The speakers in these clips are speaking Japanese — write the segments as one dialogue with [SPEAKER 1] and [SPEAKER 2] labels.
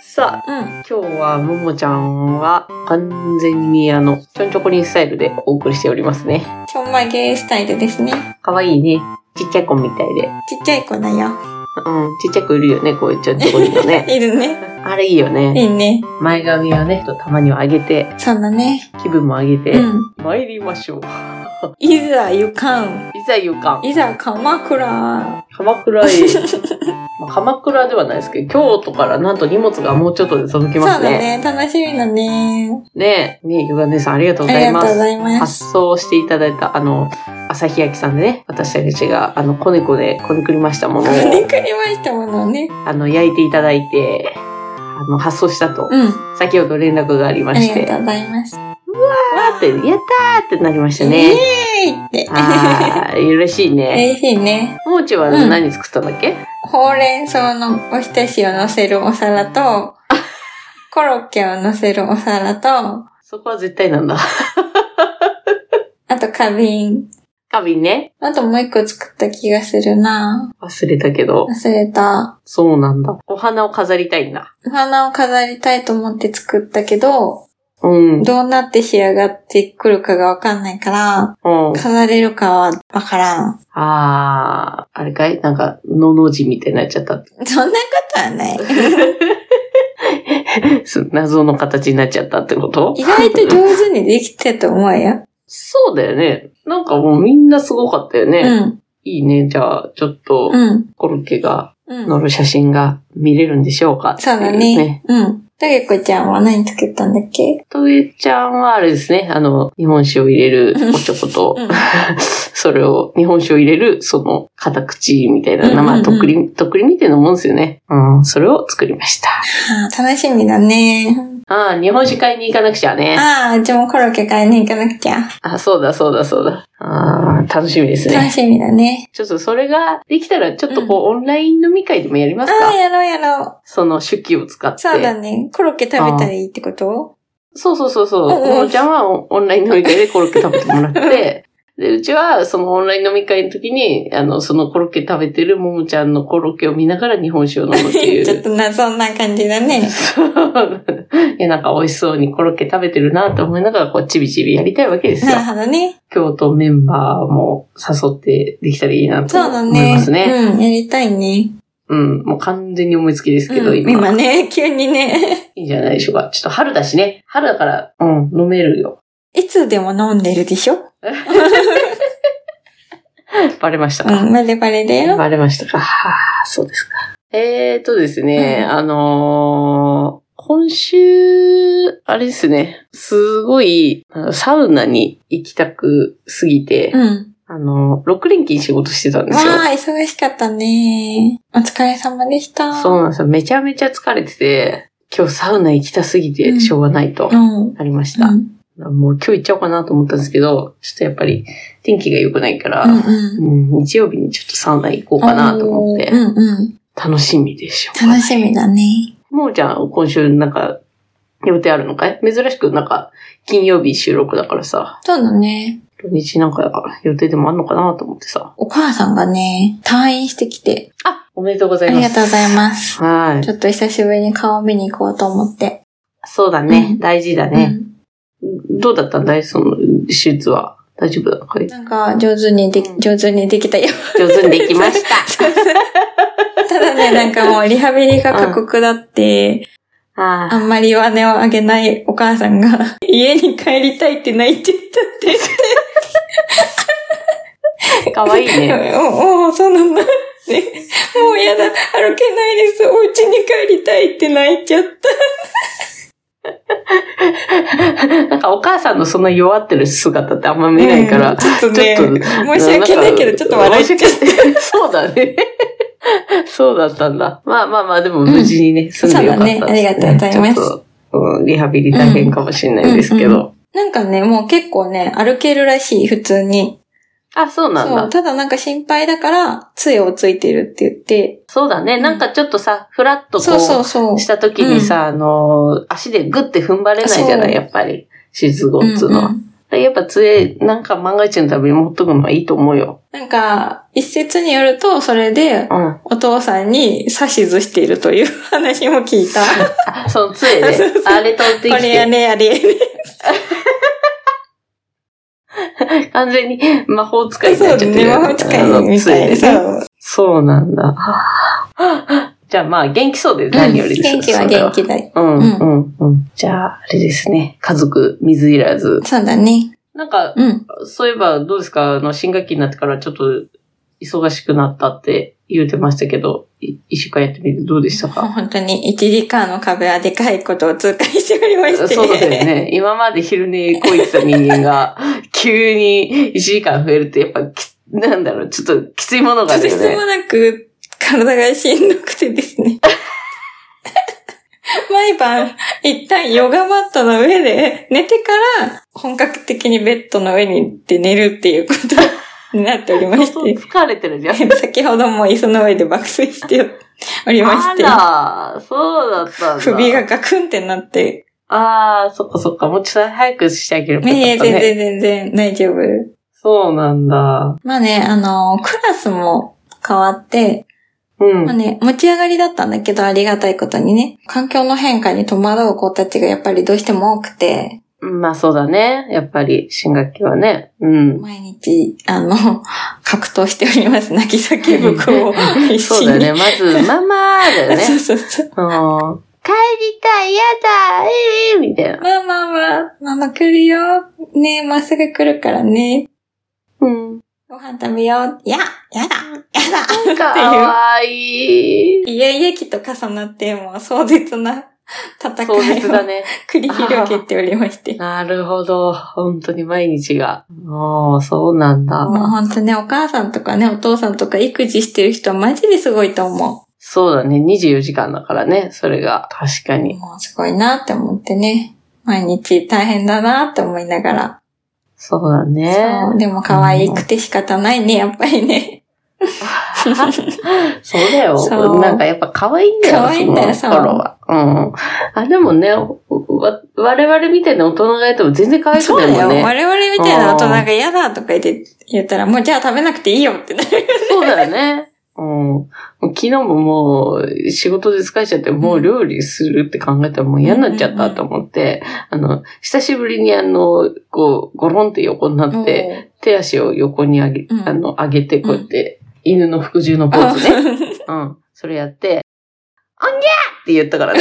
[SPEAKER 1] さあ、
[SPEAKER 2] うん。
[SPEAKER 1] 今日はももちゃんは完全にあの、ちょんちょこりんスタイルでお送りしておりますね。
[SPEAKER 2] ちょんまげスタイルですね。
[SPEAKER 1] かわいいね。ちっちゃい子みたいで。
[SPEAKER 2] ちっちゃい子だよ。
[SPEAKER 1] うん、ちっちゃい子いるよね、こういうちょんちょこりんの ね。
[SPEAKER 2] いるね。
[SPEAKER 1] あれいいよね。
[SPEAKER 2] いいね。
[SPEAKER 1] 前髪はね、ちょっとたまには上げて、
[SPEAKER 2] そうだね。
[SPEAKER 1] 気分も上げて、
[SPEAKER 2] うん。
[SPEAKER 1] 参りましょう。
[SPEAKER 2] いざ行かん。
[SPEAKER 1] いざ行かん。
[SPEAKER 2] いざ鎌倉。
[SPEAKER 1] 鎌倉 へ。まあ鎌倉ではないですけど、京都からなんと荷物がもうちょっとで届き
[SPEAKER 2] そう
[SPEAKER 1] ます
[SPEAKER 2] だ
[SPEAKER 1] ね。
[SPEAKER 2] ね。楽しみだね。
[SPEAKER 1] ねえ、ねえ、ゆがねさんありがとうご
[SPEAKER 2] あ
[SPEAKER 1] ざい
[SPEAKER 2] りが
[SPEAKER 1] ま
[SPEAKER 2] とう
[SPEAKER 1] す
[SPEAKER 2] ご。ざいます。
[SPEAKER 1] 発送していただいた、あの、朝日焼きさんでね、私たちが、あの、子猫でこねくりましたものを
[SPEAKER 2] こ、ねくりましたものね。
[SPEAKER 1] あの、焼いていただいて、あの、発送したと、
[SPEAKER 2] うん。
[SPEAKER 1] 先ほど連絡がありま
[SPEAKER 2] あ
[SPEAKER 1] し
[SPEAKER 2] り
[SPEAKER 1] て、
[SPEAKER 2] が
[SPEAKER 1] わ
[SPEAKER 2] とうございます。
[SPEAKER 1] ーって、やったーってなりました
[SPEAKER 2] イ
[SPEAKER 1] ね。
[SPEAKER 2] エーイって。
[SPEAKER 1] あー、嬉しいね。
[SPEAKER 2] 嬉しいね。
[SPEAKER 1] もうちは
[SPEAKER 2] うん
[SPEAKER 1] 何作ったんだっけ、
[SPEAKER 2] ほうれん草のおひたしを乗せるお皿 と、コロッケを乗せるお皿と、
[SPEAKER 1] そこは絶対なんだ。
[SPEAKER 2] あと花瓶。
[SPEAKER 1] 花瓶ね。
[SPEAKER 2] あともう一個作った気がするな
[SPEAKER 1] 忘れたけど、
[SPEAKER 2] 忘れた。
[SPEAKER 1] そうなんだ。お花を飾りたいんだ。
[SPEAKER 2] お花を飾りたいと思って作ったけど、
[SPEAKER 1] うん。うん。
[SPEAKER 2] どうなって仕上がってくるかがわかんないから、飾れるかはわからん。
[SPEAKER 1] あー、あれかいなんか、のの字みたいになっちゃった。
[SPEAKER 2] そんなことはない。
[SPEAKER 1] す謎の形になっちゃったってこと
[SPEAKER 2] 意外と上手にできてたと思うよ。
[SPEAKER 1] そうだよね。なんかもうみんなすごかったよね。
[SPEAKER 2] うん。
[SPEAKER 1] いいね。じゃあ、ちょっと
[SPEAKER 2] う、ん。
[SPEAKER 1] コロッケが
[SPEAKER 2] うん。
[SPEAKER 1] 乗る写真が見れるんでしょうか、
[SPEAKER 2] そうだ
[SPEAKER 1] っていう
[SPEAKER 2] ね。。うん。とげこちゃんは何作ったんだっけ
[SPEAKER 1] とえちゃんはあれですね。あの、日本酒を入れるおちょこと、
[SPEAKER 2] うん
[SPEAKER 1] それを、日本酒を入れる、その、片口みたいな、
[SPEAKER 2] うんうんうん
[SPEAKER 1] まあ、とっくり、とっくりみたいなもんですよね。うん、それを作りました。
[SPEAKER 2] あー楽しみだね。
[SPEAKER 1] ああ、日本酒買いに行かなくちゃね。
[SPEAKER 2] ああ、うちもコロッケ買いに行かなくちゃ。
[SPEAKER 1] あ、そうだ、そうだ、そうだ。ああ、楽しみですね
[SPEAKER 2] 楽。しみだね。
[SPEAKER 1] ちょっとそれができたら、ちょっとこう、オンライン飲み会でもやります
[SPEAKER 2] あ
[SPEAKER 1] か
[SPEAKER 2] あ、やろうやろ
[SPEAKER 1] その手記を使っ
[SPEAKER 2] う。
[SPEAKER 1] て。
[SPEAKER 2] そうだね。コロッケ食べたらいいってこと
[SPEAKER 1] そうそうそうそう。
[SPEAKER 2] うんうん
[SPEAKER 1] ももちゃんはオンライン飲み会でコロッケ食べてもらって、 で、うちはそのオンライン飲み会の時に、あの、そのコロッケ食べてるももちゃんのコロッケを見ながら日本酒を飲むってい
[SPEAKER 2] ちょっ
[SPEAKER 1] う。
[SPEAKER 2] とな、そんな感じだね。
[SPEAKER 1] そう いや、なんか美味しそうにコロッケ食べてるなと思いながら、こう、ちびちびやりたいわけですよ
[SPEAKER 2] なる。ほどね。
[SPEAKER 1] 京都メンバーも誘ってできたらいいなと
[SPEAKER 2] そうだ
[SPEAKER 1] 思い
[SPEAKER 2] ね。
[SPEAKER 1] ますね。
[SPEAKER 2] うん、やりたいね。
[SPEAKER 1] うん、もう完全に思いつきですけど、
[SPEAKER 2] うん、
[SPEAKER 1] 今。
[SPEAKER 2] 今ね、急にね。
[SPEAKER 1] いいんじゃないでしょうか。ちょっと春だしね。春だから、うん、飲めるよ。
[SPEAKER 2] いつでも飲んでるでしょ
[SPEAKER 1] バレましたか。
[SPEAKER 2] うん、バレバレだよ。
[SPEAKER 1] バレましたか。はあ、そうですか。えーとですね、
[SPEAKER 2] うん
[SPEAKER 1] あのー今週、あれですね、すごい、あのサウナに行きたくすぎて、
[SPEAKER 2] うん。
[SPEAKER 1] あの、6連勤仕事してたんですよ。
[SPEAKER 2] わあ、忙しかったね。お疲れ様でした。
[SPEAKER 1] そうなんですよ。めちゃめちゃ疲れてて、今日サウナ行きたすぎ
[SPEAKER 2] う
[SPEAKER 1] て
[SPEAKER 2] ん
[SPEAKER 1] しょうがないと
[SPEAKER 2] うん。
[SPEAKER 1] なりまし
[SPEAKER 2] う
[SPEAKER 1] た。
[SPEAKER 2] ん。
[SPEAKER 1] もう今日行っちゃおうかなと思ったんですけど、ちょっとやっぱり天気が良くないから、
[SPEAKER 2] うんうん。
[SPEAKER 1] うん日曜日にちょっとサウナ行こうかなと思って、
[SPEAKER 2] うんうん。
[SPEAKER 1] 楽しみでしょうか
[SPEAKER 2] 楽しみだね。
[SPEAKER 1] もうじゃあ、今週なんか、予定あるのかい珍しくなんか、金曜日収録だからさ、
[SPEAKER 2] そうだね。
[SPEAKER 1] 土日なんか予定でもあんのかなと思ってさ。
[SPEAKER 2] お母さんがね、退院してきて。
[SPEAKER 1] あ、おめでとうござ
[SPEAKER 2] あ
[SPEAKER 1] い
[SPEAKER 2] り
[SPEAKER 1] ます。
[SPEAKER 2] がとうございます。
[SPEAKER 1] す。は
[SPEAKER 2] ち
[SPEAKER 1] い。
[SPEAKER 2] ょっと久しぶりに顔見に行こうと思って。
[SPEAKER 1] そうだね。
[SPEAKER 2] うん
[SPEAKER 1] 大事だね、どうだったんだいその、手術は。大丈夫だか
[SPEAKER 2] う
[SPEAKER 1] い
[SPEAKER 2] ん。なんか、上手にでき
[SPEAKER 1] う、ん
[SPEAKER 2] 上手にできたよ。
[SPEAKER 1] 上手にできま した。
[SPEAKER 2] ただね、なんかもうリハビリが過酷だって、
[SPEAKER 1] あ
[SPEAKER 2] あんまり弱音をあげないお母さんが、家に帰りたいって泣いてたって。
[SPEAKER 1] あ、かわいいね。
[SPEAKER 2] おおそうなんだ。ね、もうやだ、歩けないです。お家に帰りたいって泣いちゃった。
[SPEAKER 1] なんかお母さんのその弱ってる姿ってあんま見ないから、
[SPEAKER 2] うんちょっとね、
[SPEAKER 1] ちょっ
[SPEAKER 2] 申し訳ないけど、ちょっと笑っちゃった。
[SPEAKER 1] た。 そうだね。そうだったんだ。まあまあまあ、でも無事にね、住んでよかったです、
[SPEAKER 2] そうだねありがとうございます
[SPEAKER 1] ちょっと、うんリハビリ大変かもしれないですけど。
[SPEAKER 2] うんなんかね、もう結構ね、歩けるらしい、普通に。
[SPEAKER 1] あ、そうなんだ
[SPEAKER 2] そう。ただなんか心配だから、杖をついてるって言って。
[SPEAKER 1] そうだね。なんかちょっとさ、フラッとこう、
[SPEAKER 2] そうそうそう。
[SPEAKER 1] した時にさ、あの、足でグッて踏ん張れないじゃな
[SPEAKER 2] そう
[SPEAKER 1] い、やっぱり。手術後っつうのは。
[SPEAKER 2] うんうん
[SPEAKER 1] でやっぱ杖、なんか万が一のために持っとくのはいいと思うよ。
[SPEAKER 2] なんか、一説によると、それで
[SPEAKER 1] う、ん。
[SPEAKER 2] お父さんに指図しているという話も聞いた。
[SPEAKER 1] あ、その杖で
[SPEAKER 2] そうそう、
[SPEAKER 1] あれ取って
[SPEAKER 2] こ
[SPEAKER 1] き
[SPEAKER 2] れや
[SPEAKER 1] て、
[SPEAKER 2] れやれ。
[SPEAKER 1] 完全に魔法使いに
[SPEAKER 2] そ
[SPEAKER 1] な
[SPEAKER 2] う
[SPEAKER 1] っちゃ
[SPEAKER 2] ね、
[SPEAKER 1] ってるやつ
[SPEAKER 2] 魔法使いみたい
[SPEAKER 1] あの
[SPEAKER 2] な。
[SPEAKER 1] 杖でね
[SPEAKER 2] そう。
[SPEAKER 1] そうなんだ。じゃあまあ、元気そうで何よりです。
[SPEAKER 2] 元気は元気だよ。
[SPEAKER 1] それは。うん、
[SPEAKER 2] うん
[SPEAKER 1] うん、うん。じゃあ、あれですね。家族、水いらず。
[SPEAKER 2] そうだね。
[SPEAKER 1] なんか、
[SPEAKER 2] うん。
[SPEAKER 1] そういえばどうですかあの、新学期になってからちょっと忙しくなったって言うてましたけど、い一週間やってみてどうでしたか
[SPEAKER 2] 本当に1時間の壁はでかいことを痛感しておりまして。
[SPEAKER 1] そうだよ。ね。今まで昼寝こいてた人間 が、急に1時間増えるって、やっぱき、なんだろう、ちょっときついものがあ
[SPEAKER 2] と
[SPEAKER 1] る
[SPEAKER 2] て
[SPEAKER 1] よ
[SPEAKER 2] つ
[SPEAKER 1] ね
[SPEAKER 2] も。なく体がしんどくてです ね。毎晩、一旦ヨガマットの上で寝てから、本格的にベッドの上に行って寝るっていうことになっておりまし
[SPEAKER 1] 相当
[SPEAKER 2] て。
[SPEAKER 1] 疲れてるじゃん。
[SPEAKER 2] 先ほども椅子の上で爆睡しておりまし
[SPEAKER 1] あ
[SPEAKER 2] て。
[SPEAKER 1] ら、そうだったんだ。
[SPEAKER 2] 首が。ガクンってなって。
[SPEAKER 1] ああ、そっかそっか。もうちょっと早くしてあげる
[SPEAKER 2] い
[SPEAKER 1] ばよ
[SPEAKER 2] やい
[SPEAKER 1] かっ
[SPEAKER 2] や、
[SPEAKER 1] たね
[SPEAKER 2] 全然全然大丈夫。
[SPEAKER 1] そうなんだ。
[SPEAKER 2] まあね、あの、クラスも変わって、
[SPEAKER 1] うん。
[SPEAKER 2] まあね、持ち上がりだったんだけど、ありがたいことにね、環境の変化に戸惑う子たちがやっぱりどうしても多くて、
[SPEAKER 1] まあそうだね。やっぱり、新学期はね。うん。
[SPEAKER 2] 毎日、あの、格闘しております。泣き叫ぶ子を必死
[SPEAKER 1] そう
[SPEAKER 2] に。
[SPEAKER 1] だよね。まず、ママーだ よ
[SPEAKER 2] そう
[SPEAKER 1] ね。
[SPEAKER 2] そうそう。
[SPEAKER 1] うん帰りたい、やだ、ええみたいな。
[SPEAKER 2] まあまあまあ、ママ来るよ。ねえ、もうすぐ来るからね。
[SPEAKER 1] うん。
[SPEAKER 2] ご飯食べよう。いや、やだ、やだ。
[SPEAKER 1] かわいい。
[SPEAKER 2] 家々期と重なって、もう壮絶な戦い
[SPEAKER 1] 壮
[SPEAKER 2] を
[SPEAKER 1] 絶だね。
[SPEAKER 2] 繰り広げておりまして。
[SPEAKER 1] なるほど。本当に毎日が。おー、そうなんだ。
[SPEAKER 2] もう本当ね、お母さんとかね、お父さんとか育児してる人はマジですごいと思
[SPEAKER 1] そうだね。24時間だからね。それが。確か
[SPEAKER 2] う。
[SPEAKER 1] に。
[SPEAKER 2] もうすごいなって思ってね。毎日大変だなって思いながら。
[SPEAKER 1] そうだね。
[SPEAKER 2] そうでも可愛くて仕方ないね、やっぱりね。
[SPEAKER 1] そうだよ
[SPEAKER 2] そう。
[SPEAKER 1] なんかやっぱ可愛いんだよ、
[SPEAKER 2] 可愛いんだよ
[SPEAKER 1] その頃は。うん。あ、でもね、おわ我々みたいな大人がやっても全然可愛く
[SPEAKER 2] そう
[SPEAKER 1] な
[SPEAKER 2] だ
[SPEAKER 1] いも
[SPEAKER 2] よ。
[SPEAKER 1] んね。
[SPEAKER 2] 我々みたいな大人が嫌だとか言って、言ったら、もうじゃあ食べなくていいよってなる。
[SPEAKER 1] そうだよね。 うん。もう昨日ももう仕事で疲れちゃって、もう料理するって考えたらもう嫌になっちゃったと思って、あの、久しぶりにあの、こう、ゴロンって横になって、手足を横に上げ
[SPEAKER 2] う、ん
[SPEAKER 1] あの、上げてこうやって、犬の服従のポーズね。うん。それやって、おんぎゃーって言ったからね。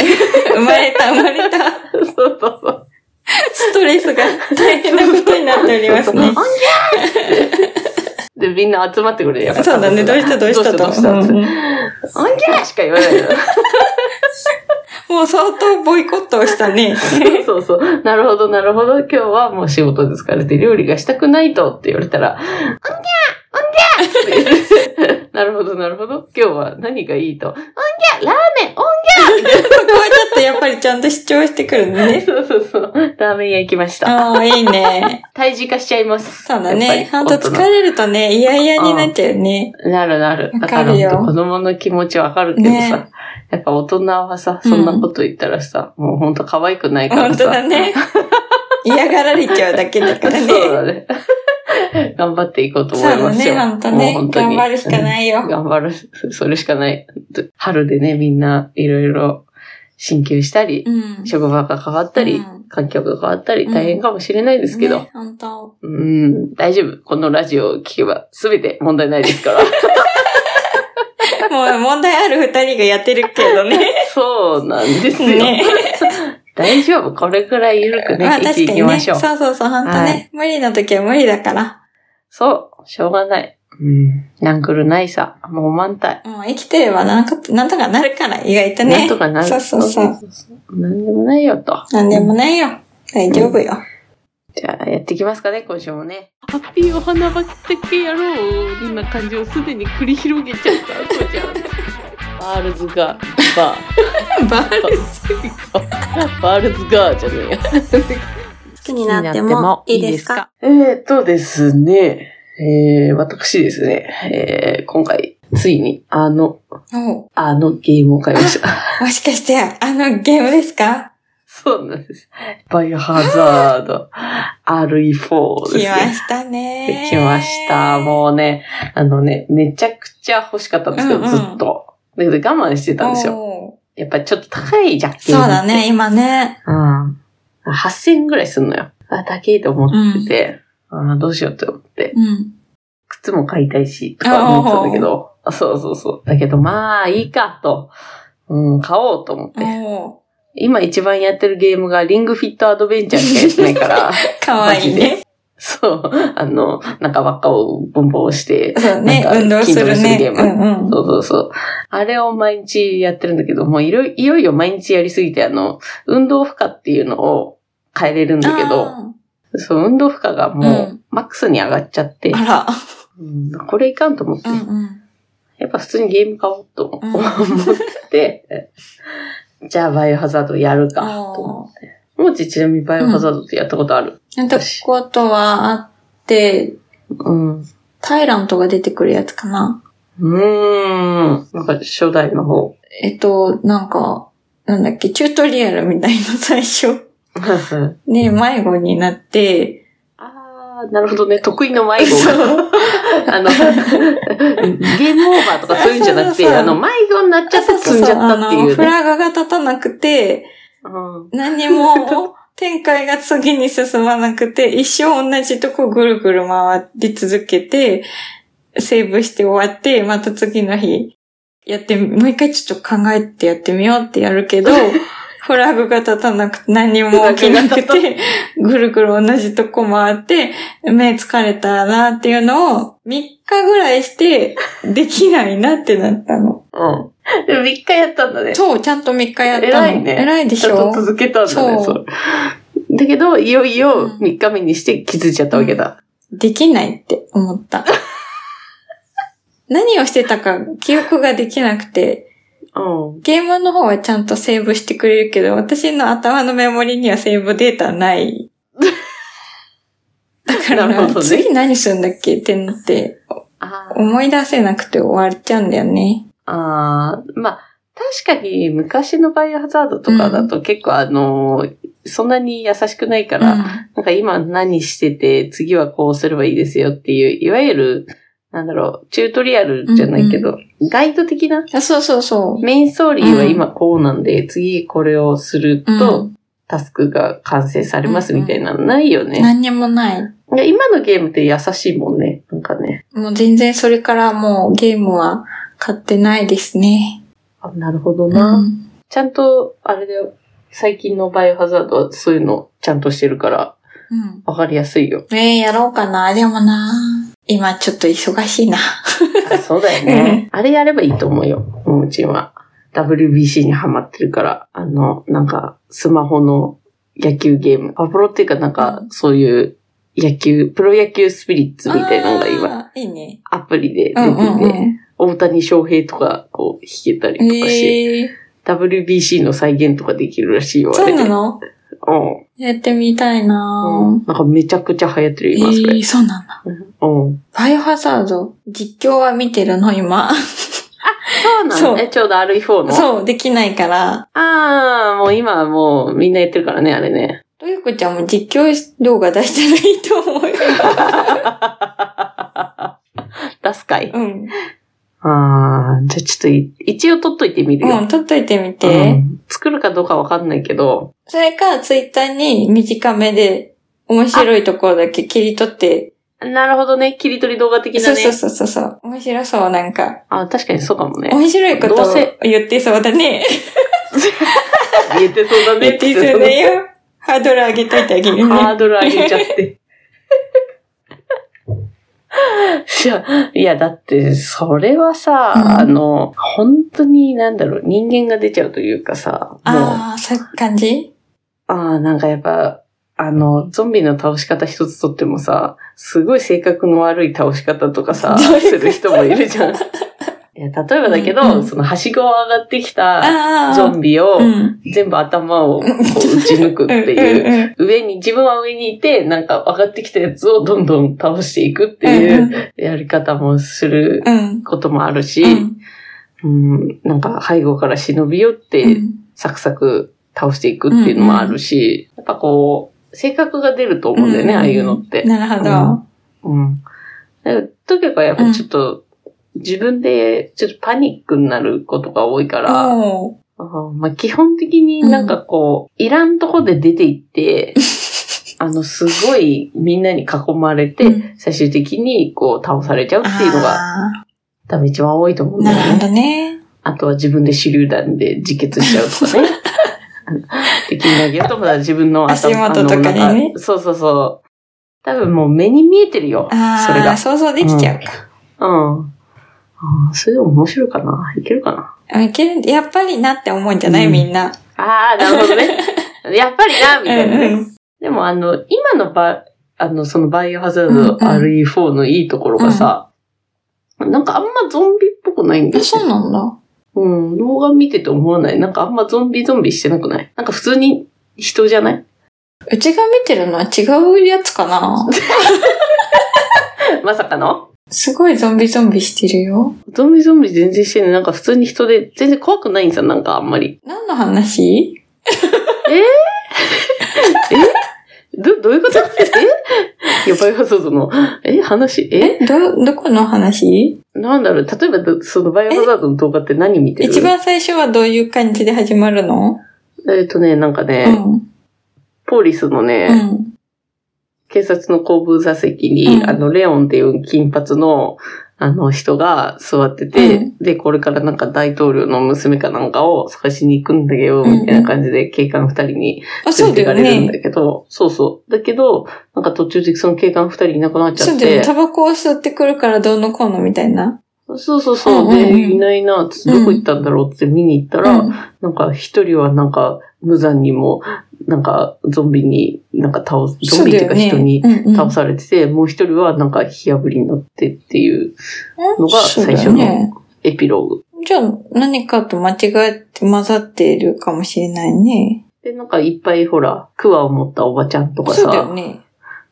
[SPEAKER 2] 生まれた、生まれた。
[SPEAKER 1] そうそうそう。
[SPEAKER 2] ストレスが大変なことになっております
[SPEAKER 1] そう。そうおん
[SPEAKER 2] ね
[SPEAKER 1] ぎゃーで、みんな集まってくれるやっぱ
[SPEAKER 2] そうだね、どうしたどうしたと。
[SPEAKER 1] どうしたどうした
[SPEAKER 2] うん
[SPEAKER 1] おんぎゃーしか言わないよ。
[SPEAKER 2] もう相当ボイコットをしたね。
[SPEAKER 1] そうそう。なるほど、なるほど。今日はもう仕事で疲れて料理がしたくないとって言われたら、おんぎゃーおんぎゃーってなるほど、なるほど。今日は何がいいと、おんぎゃーラーメンおん
[SPEAKER 2] そこはちょっとやっぱりちゃんと主張してくるの ね。
[SPEAKER 1] そうそうそう。ラーメン屋行きました。
[SPEAKER 2] ああ、いいね。
[SPEAKER 1] 体重化しちゃいます。
[SPEAKER 2] そうだ
[SPEAKER 1] や
[SPEAKER 2] ね
[SPEAKER 1] っ。ぱ
[SPEAKER 2] ほん
[SPEAKER 1] り
[SPEAKER 2] と疲れるとね、嫌々になっちゃうね。
[SPEAKER 1] なるなる。
[SPEAKER 2] わ
[SPEAKER 1] だ
[SPEAKER 2] か
[SPEAKER 1] か
[SPEAKER 2] るよ
[SPEAKER 1] ら本当子供の気持ちわかるけどさ、
[SPEAKER 2] ね
[SPEAKER 1] やっぱ大人はさ、そんなこと言ったらさ、もうほんと可愛くないから
[SPEAKER 2] ほん
[SPEAKER 1] さ。
[SPEAKER 2] とだ ね。嫌がられちゃうだけだからね。
[SPEAKER 1] そうだね。頑張っていこうと
[SPEAKER 2] そう
[SPEAKER 1] 思い
[SPEAKER 2] だ
[SPEAKER 1] ますよ。
[SPEAKER 2] ね、ほんと
[SPEAKER 1] もう
[SPEAKER 2] ね。
[SPEAKER 1] 本当
[SPEAKER 2] 頑
[SPEAKER 1] に
[SPEAKER 2] 張るしかないよ。
[SPEAKER 1] 頑張る。 それしかない。春でね、みんないろいろ進級したり、
[SPEAKER 2] うん。
[SPEAKER 1] 職場が変わったり、
[SPEAKER 2] うん
[SPEAKER 1] 環境が変わったり、
[SPEAKER 2] うん
[SPEAKER 1] 大変かもしれないですけど、
[SPEAKER 2] ね。ほんと。
[SPEAKER 1] うん、大丈夫。このラジオを聞けば全て問題ないです から。
[SPEAKER 2] もう問題ある二人がやってるけど ね。
[SPEAKER 1] そうなんですよ。
[SPEAKER 2] ね。
[SPEAKER 1] 大丈夫。これくらい緩くね、
[SPEAKER 2] まあ
[SPEAKER 1] 生
[SPEAKER 2] 確か
[SPEAKER 1] きてい
[SPEAKER 2] に
[SPEAKER 1] き
[SPEAKER 2] ね。
[SPEAKER 1] まし
[SPEAKER 2] そ
[SPEAKER 1] ょ
[SPEAKER 2] う
[SPEAKER 1] う。
[SPEAKER 2] そうそう、ほんと
[SPEAKER 1] は
[SPEAKER 2] ね
[SPEAKER 1] い。
[SPEAKER 2] 無理な時は無理だから。
[SPEAKER 1] そう、しょうがない。うん、なんくるないさ、もう満タイ。
[SPEAKER 2] もう生きてればなんか、なんとかなるから、意外とね。
[SPEAKER 1] なんとかなる。
[SPEAKER 2] そうそうそう。
[SPEAKER 1] なんでもないよと。
[SPEAKER 2] なんでもないよ。大丈夫よ。
[SPEAKER 1] じゃあやっていきますかね、今週もね。ハッピーお花畑野郎こんな感じをすでに繰り広げちゃった、こうちゃん。バールズガー、バ
[SPEAKER 2] バール
[SPEAKER 1] ー、バールズガーじゃねえや。
[SPEAKER 2] 好きになってもいいですか
[SPEAKER 1] えーとですね、えー、私ですね、えー、今回、ついに、あの、
[SPEAKER 2] おう
[SPEAKER 1] あのゲームを買いました。
[SPEAKER 2] もしかして、あのゲームですか
[SPEAKER 1] そうなんです。バイオハザード、RE4 です
[SPEAKER 2] 来
[SPEAKER 1] ね。
[SPEAKER 2] ましたね。
[SPEAKER 1] 来ました。もうね、あのね、めちゃくちゃ欲しかったんですけど、
[SPEAKER 2] うんうん
[SPEAKER 1] ずっと。だけど我慢して
[SPEAKER 2] う
[SPEAKER 1] たんですよ。
[SPEAKER 2] よ。
[SPEAKER 1] やっぱちょっと高いじゃん。
[SPEAKER 2] そうだね、今ね。
[SPEAKER 1] うん。8000円ぐらいすんのよ。あ、高いと思ってて、あどうしようと思って。
[SPEAKER 2] うん。
[SPEAKER 1] 靴も買いたいし、とか思ってたんだけど。あそうそうそう。だけど、まあ、いいか、と。うん、買おうと思って。
[SPEAKER 2] お
[SPEAKER 1] 今一番やってるゲームが、リングフィットアドベンチャーしかやってない から、
[SPEAKER 2] ーかわいいね。
[SPEAKER 1] そう、あの、なんか輪っかをボンボン押して、
[SPEAKER 2] そうね
[SPEAKER 1] な、んか
[SPEAKER 2] 運動する
[SPEAKER 1] 筋トレするゲ
[SPEAKER 2] ね。
[SPEAKER 1] ー
[SPEAKER 2] う
[SPEAKER 1] ム
[SPEAKER 2] んうん。
[SPEAKER 1] そうそうそう。あれを毎日やってるんだけど、もういろいいよいよ毎日やりすぎて、あの、運動負荷っていうのを変えれるんだけど、
[SPEAKER 2] あ
[SPEAKER 1] そう、運動負荷がも
[SPEAKER 2] う
[SPEAKER 1] う、マックスに上がっちゃって
[SPEAKER 2] ー、あ
[SPEAKER 1] うんこれいかんと思って、
[SPEAKER 2] ら。うんうん。
[SPEAKER 1] やっぱ普通にゲーム買おうと思
[SPEAKER 2] うん
[SPEAKER 1] って、じゃあバイオハザードやるか、と思って。もうちちなみにバイオハザードってやったことある。
[SPEAKER 2] なんてことはあって、
[SPEAKER 1] うん。う
[SPEAKER 2] タイラントが出てくるやつかな。
[SPEAKER 1] ーん。なんか初代の 方。
[SPEAKER 2] えっと、なんか、なんだっけ、チュートリアルみたいな最初。ね、迷子になって、
[SPEAKER 1] あーなるほどね。得意の迷子が。あ の、ゲームオーバーとかそういうんじゃなく
[SPEAKER 2] そうそ
[SPEAKER 1] て、
[SPEAKER 2] うそう
[SPEAKER 1] あの、迷子になっちゃって積んじゃった ってい
[SPEAKER 2] あの
[SPEAKER 1] う
[SPEAKER 2] フ
[SPEAKER 1] ね。
[SPEAKER 2] ラグが立たなくて、
[SPEAKER 1] うん
[SPEAKER 2] 何も展開が次に進まなくて、一生同じとこぐるぐる回り続けて、セーブして終わって、また次の日、やって、もう一回ちょっと考えてやってみようってやる けど、フラグが立たなくて、何も起きなくて、ぐるぐる同じとこ回って、目疲れたなっていうのを、3日ぐらいして、できないなってなったの。
[SPEAKER 1] うん。でも3日やったんだね。
[SPEAKER 2] そう、ちゃんと3日やったの。
[SPEAKER 1] 偉いね
[SPEAKER 2] 偉いでし
[SPEAKER 1] ちゃん
[SPEAKER 2] ょ
[SPEAKER 1] と続けたんだね、
[SPEAKER 2] そ
[SPEAKER 1] そうう。だけど、いよいよ
[SPEAKER 2] うん
[SPEAKER 1] 3日目にして気づいちゃったわけだ。
[SPEAKER 2] できないって 思った。何をしてたか記憶ができなくて、
[SPEAKER 1] うん。
[SPEAKER 2] ゲームの方はちゃんとセーブしてくれるけど、私の頭のメモリにはセーブデータ ない。だから、
[SPEAKER 1] なるほどね
[SPEAKER 2] 次何するんだっけってなって、
[SPEAKER 1] あー
[SPEAKER 2] 思い出せなくて終わっちゃうんだよね。
[SPEAKER 1] あー、まあ、確かに昔のバイオハザードとかだと結構あのーそんなに優しくないから、
[SPEAKER 2] うん
[SPEAKER 1] なんか今何してて、次はこうすればいいですよっていう、いわゆる、なんだろう、チュートリアルじゃないけど、ガイド的な、
[SPEAKER 2] あそうそうそ
[SPEAKER 1] メインストーリーは今こうなんで、次これをする
[SPEAKER 2] う。
[SPEAKER 1] と、
[SPEAKER 2] うん
[SPEAKER 1] タスクが完成されますみたいなのないよね。
[SPEAKER 2] 何にもない。
[SPEAKER 1] いや今のゲームって優しいもんね。なんかね。
[SPEAKER 2] もう全然それからもうゲームは買ってないですね。
[SPEAKER 1] あなるほど
[SPEAKER 2] う
[SPEAKER 1] な。
[SPEAKER 2] ん
[SPEAKER 1] ちゃんと、あれだよ。最近のバイオハザードはそういうのちゃんとしてるから、
[SPEAKER 2] うん
[SPEAKER 1] わかりやすいよ。
[SPEAKER 2] ええやろうかな。でもな。今ちょっと忙し いな。
[SPEAKER 1] あそうだよね。あれやればいいと思うよ。ももちんは。WBC にハマってるから、あの、なんか、スマホの野球ゲーム。パプロっていうかなんか、そういう野球、プロ野球スピリッツみたいなのが今、
[SPEAKER 2] あー。いいね。
[SPEAKER 1] アプリで出てて、
[SPEAKER 2] うんうんうん。
[SPEAKER 1] 大谷翔平とか、こう、弾けたりとかして。
[SPEAKER 2] ええ
[SPEAKER 1] WBC の再現とかできるらしいよ、あ
[SPEAKER 2] そ
[SPEAKER 1] れ
[SPEAKER 2] う
[SPEAKER 1] で。
[SPEAKER 2] な
[SPEAKER 1] う
[SPEAKER 2] の
[SPEAKER 1] ん
[SPEAKER 2] やってみたいな。
[SPEAKER 1] なんかめちゃくちゃ流行ってる
[SPEAKER 2] え
[SPEAKER 1] よ、今、それ。
[SPEAKER 2] えそうなんだ。
[SPEAKER 1] うん。
[SPEAKER 2] バイオハザード、実況は見てるの、今。
[SPEAKER 1] そうな
[SPEAKER 2] そ
[SPEAKER 1] の
[SPEAKER 2] う
[SPEAKER 1] え、ちょうど RE4 の。う。
[SPEAKER 2] そう、できないから。
[SPEAKER 1] あー、もう今はもうみんなやってるからね、あれね。
[SPEAKER 2] とゆこちゃんも実況動画出したらいいと思 うよ。
[SPEAKER 1] 出すかい。あ
[SPEAKER 2] うん。
[SPEAKER 1] ー、じゃあちょっとい一応撮っといてみるよ。
[SPEAKER 2] うん、撮っといてみ
[SPEAKER 1] う
[SPEAKER 2] て。
[SPEAKER 1] ん作るかどうかわかんないけど、
[SPEAKER 2] それか、ツイッターに短めで、面白いところだけ切り取って。
[SPEAKER 1] なるほどね、切り取り動画的な
[SPEAKER 2] そ
[SPEAKER 1] ね。
[SPEAKER 2] うそうそうそうそう。面白そう、なんか。
[SPEAKER 1] あ、確かにそうかもね。
[SPEAKER 2] 面白いこと
[SPEAKER 1] どう
[SPEAKER 2] を
[SPEAKER 1] せ
[SPEAKER 2] 言ってそうだね。
[SPEAKER 1] 言ってそうだね
[SPEAKER 2] 言ってそうだよ。ハードル上げといてあげる
[SPEAKER 1] ハ
[SPEAKER 2] ね。
[SPEAKER 1] ードル上げちゃ って。いや、いやだって、それはさ、
[SPEAKER 2] うん
[SPEAKER 1] あの、本当になんだろう、人間が出ちゃうというかさ、もう、あ
[SPEAKER 2] ああ、そういう感じ
[SPEAKER 1] あー、なんかやっぱ、あの、ゾンビの倒し方一つとってもさ、すごい性格の悪い倒し方とかさ、
[SPEAKER 2] どういうこ
[SPEAKER 1] す
[SPEAKER 2] と
[SPEAKER 1] る人もいるじ ゃん。いや例えばだけど、
[SPEAKER 2] うんうん
[SPEAKER 1] その、はしごを上がってきた
[SPEAKER 2] ああ。
[SPEAKER 1] ゾンビを、
[SPEAKER 2] うん。
[SPEAKER 1] 全部頭をこう打ち抜くっていう
[SPEAKER 2] うんうんうん
[SPEAKER 1] 上に、自分は上にいて、なんか上がってきたやつをどんどん倒していくって
[SPEAKER 2] う
[SPEAKER 1] い
[SPEAKER 2] ん
[SPEAKER 1] うやり方もする
[SPEAKER 2] うん。
[SPEAKER 1] こともあるし、う
[SPEAKER 2] う
[SPEAKER 1] ん
[SPEAKER 2] ん
[SPEAKER 1] なんか背後から忍び寄っ
[SPEAKER 2] う
[SPEAKER 1] て
[SPEAKER 2] ん
[SPEAKER 1] サクサク倒していくっていうのもあるし、やっぱこう、性格が出ると思うんだよね、
[SPEAKER 2] うん
[SPEAKER 1] ああいうのって。
[SPEAKER 2] なるほど。
[SPEAKER 1] うん。だからとにかくやっぱちょっと、自分でちょっとパニックになることが多いから、
[SPEAKER 2] お
[SPEAKER 1] うんまあ、基本的になんかこう、いらんとこで出てい って、あの、すごいみんなに囲まれて、
[SPEAKER 2] うん
[SPEAKER 1] 最終的にこう倒されちゃうっていうのが
[SPEAKER 2] あ
[SPEAKER 1] 多分一番多いと思う
[SPEAKER 2] ー
[SPEAKER 1] んだ
[SPEAKER 2] なる
[SPEAKER 1] よ
[SPEAKER 2] ほ
[SPEAKER 1] ね。
[SPEAKER 2] どね。
[SPEAKER 1] あとは自分で手榴弾で自決しちゃうとかね。 で、気に投げるとまだ自分の
[SPEAKER 2] 足元とかにね
[SPEAKER 1] あのなんかそうそうそう。多分もう目に見えてるよ。それ
[SPEAKER 2] あ
[SPEAKER 1] が
[SPEAKER 2] あ、。想像できちゃうか。
[SPEAKER 1] うん。あーそれでも面白いかな。いけるかな。
[SPEAKER 2] あいけるやっぱりなって思うんじゃない、
[SPEAKER 1] うん
[SPEAKER 2] みんな。
[SPEAKER 1] ああ、なるほど ね。やっぱりな、みたいなね。
[SPEAKER 2] うんうん
[SPEAKER 1] でもあの、今のば、あの、そのバイオハザード
[SPEAKER 2] うんうん
[SPEAKER 1] RE4 のいいところがさ、なんかあんまゾンビっぽくないんだよ
[SPEAKER 2] え、
[SPEAKER 1] ね。
[SPEAKER 2] そうなんだ。
[SPEAKER 1] うん、動画見てて思わない。なんかあんまゾンビゾンビしてなくないなんか普通に人じゃないう
[SPEAKER 2] ちが見てるのは違うやつ かな
[SPEAKER 1] まさかの
[SPEAKER 2] すごいゾンビゾンビしてるよ。
[SPEAKER 1] ゾンビゾンビ全然してない。なんか普通に人で、全然怖くないんさ、なんかあんまり。
[SPEAKER 2] 何の話
[SPEAKER 1] ど、どういう ことえいやばいハザードの、え話え
[SPEAKER 2] えど、どこの話
[SPEAKER 1] なんだろう例えばど、そのバイオハザードの動画って何見てる
[SPEAKER 2] 一番最初はどういう感じで始まるの
[SPEAKER 1] えっとね、なんか
[SPEAKER 2] う
[SPEAKER 1] ね、
[SPEAKER 2] ん。
[SPEAKER 1] ポリスのね、
[SPEAKER 2] うん。
[SPEAKER 1] 警察の後部座席に、
[SPEAKER 2] うん
[SPEAKER 1] あの、レオンっていう金髪の、あの人が座ってて、
[SPEAKER 2] う
[SPEAKER 1] で、これからなんか大統領の娘かなんかを探しに行くんだけど、
[SPEAKER 2] うんうん
[SPEAKER 1] みたいな感じで警官二人に
[SPEAKER 2] あ、そ
[SPEAKER 1] 連れ
[SPEAKER 2] うだ
[SPEAKER 1] て
[SPEAKER 2] よ
[SPEAKER 1] かれるん
[SPEAKER 2] ね。
[SPEAKER 1] だけど、そうそう。だけど、なんか途中でその警官二人いなくなっちゃ
[SPEAKER 2] そ
[SPEAKER 1] っ
[SPEAKER 2] うだよ
[SPEAKER 1] て
[SPEAKER 2] ね。、タバコを吸ってくるからどうのこうのみたいな。
[SPEAKER 1] そうそうそう、
[SPEAKER 2] うんうんうん
[SPEAKER 1] で、いないな、つどこ行ったんだろうって見に行ったら、
[SPEAKER 2] うん
[SPEAKER 1] なんか一人はなんか無残にも、なんかゾンビに、なんか倒す、ゾンビっていうか人に倒されてて、もう一人はなんか火炙りになってっていうのが最初
[SPEAKER 2] そうだよ
[SPEAKER 1] の
[SPEAKER 2] ね
[SPEAKER 1] エピローグ。
[SPEAKER 2] じゃあ、何かと間違えて混ざっているかもしれないね。
[SPEAKER 1] で、なんかいっぱいほら、クワを持ったおばちゃんとか
[SPEAKER 2] そ
[SPEAKER 1] さ、
[SPEAKER 2] うだよね。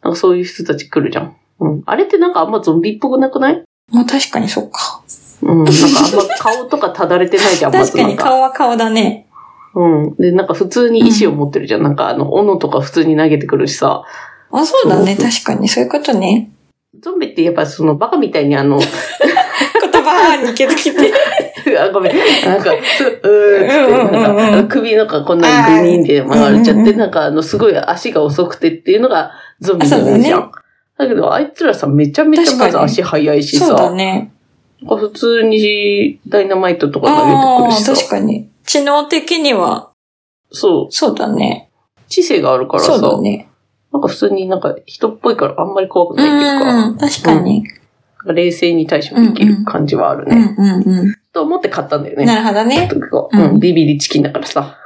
[SPEAKER 1] なんかそういう人たち来るじゃん。うん。あれってなんかあんまゾンビっぽくなくない
[SPEAKER 2] まあ確かにそうか。
[SPEAKER 1] うん。なんかあんま顔とかただれてないじゃん、ま
[SPEAKER 2] 確
[SPEAKER 1] ず
[SPEAKER 2] か
[SPEAKER 1] なん
[SPEAKER 2] に顔は顔だね。
[SPEAKER 1] うん。で、なんか普通に石を持ってるじゃん。なんかあの、斧とか普通に投げてくるしさ、
[SPEAKER 2] あ、そうだね。
[SPEAKER 1] そう
[SPEAKER 2] 確かに。そういうことね。
[SPEAKER 1] ゾンビってやっぱそのバカみたいにあの、
[SPEAKER 2] 言葉に気づ きて。
[SPEAKER 1] あ、ごめん。なん か、すうーっつって、なん
[SPEAKER 2] うんうんうん
[SPEAKER 1] か、
[SPEAKER 2] うん
[SPEAKER 1] 首のかこんなにグニンで曲がれちゃ
[SPEAKER 2] う
[SPEAKER 1] っ
[SPEAKER 2] んうんう
[SPEAKER 1] て、
[SPEAKER 2] ん
[SPEAKER 1] なんかあの、すごい足が遅くてっていうのがゾンビなんじゃ
[SPEAKER 2] あ
[SPEAKER 1] ん。だけど、あいつらさ、めちゃめちゃまず足早いし
[SPEAKER 2] そうだ
[SPEAKER 1] さ、
[SPEAKER 2] ね。
[SPEAKER 1] なんか普通にダイナマイトとか投げ
[SPEAKER 2] あ
[SPEAKER 1] てく
[SPEAKER 2] あ
[SPEAKER 1] る
[SPEAKER 2] ー、
[SPEAKER 1] し
[SPEAKER 2] 確
[SPEAKER 1] さ、
[SPEAKER 2] かに。知能的には、
[SPEAKER 1] そ
[SPEAKER 2] そうだね。
[SPEAKER 1] う、知性があるから
[SPEAKER 2] そ
[SPEAKER 1] さ、
[SPEAKER 2] うだね。
[SPEAKER 1] なんか普通になんか人っぽいからあんまり怖く
[SPEAKER 2] う
[SPEAKER 1] ないっていうか、なん
[SPEAKER 2] ん、確かに。
[SPEAKER 1] か冷静に対処できる感じはある
[SPEAKER 2] うん
[SPEAKER 1] ね。
[SPEAKER 2] うん
[SPEAKER 1] と思って買ったんだよ
[SPEAKER 2] う
[SPEAKER 1] ね。
[SPEAKER 2] ん。なるほどね。
[SPEAKER 1] う
[SPEAKER 2] うん
[SPEAKER 1] ん、ビビリチキンだからさ。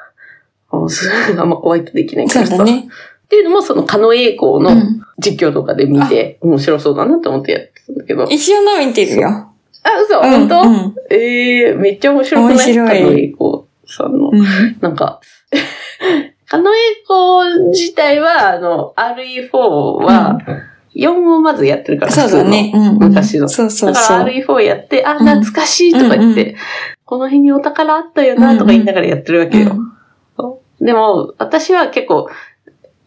[SPEAKER 1] あのすあんま怖いとできないか
[SPEAKER 2] そ
[SPEAKER 1] ら
[SPEAKER 2] う
[SPEAKER 1] さ。
[SPEAKER 2] だね。
[SPEAKER 1] っていうのもその狩野英孝
[SPEAKER 2] う
[SPEAKER 1] の
[SPEAKER 2] ん。
[SPEAKER 1] 実況とかで見て、面白そうだなって思ってやってたんだけど。あ、
[SPEAKER 2] 一応の見てるよ。
[SPEAKER 1] 嘘、
[SPEAKER 2] う
[SPEAKER 1] 本
[SPEAKER 2] ん
[SPEAKER 1] 当、
[SPEAKER 2] うん
[SPEAKER 1] ええー、めっちゃ面白くない
[SPEAKER 2] 面白い
[SPEAKER 1] 狩野英孝さんの。
[SPEAKER 2] うん。
[SPEAKER 1] なんか、 狩野英孝自体は、あの、RE4 は、4をまずやってるから、
[SPEAKER 2] そうだね。うんうん。
[SPEAKER 1] 昔の
[SPEAKER 2] そうそ
[SPEAKER 1] 普通の。
[SPEAKER 2] う
[SPEAKER 1] だか
[SPEAKER 2] そ
[SPEAKER 1] ら
[SPEAKER 2] う。
[SPEAKER 1] RE4 やって、あ、
[SPEAKER 2] ん
[SPEAKER 1] 懐かしいとか言って、
[SPEAKER 2] うん
[SPEAKER 1] この辺にお宝あったよなとか言いながらやってるわけよ。
[SPEAKER 2] うん
[SPEAKER 1] でも、私は結構、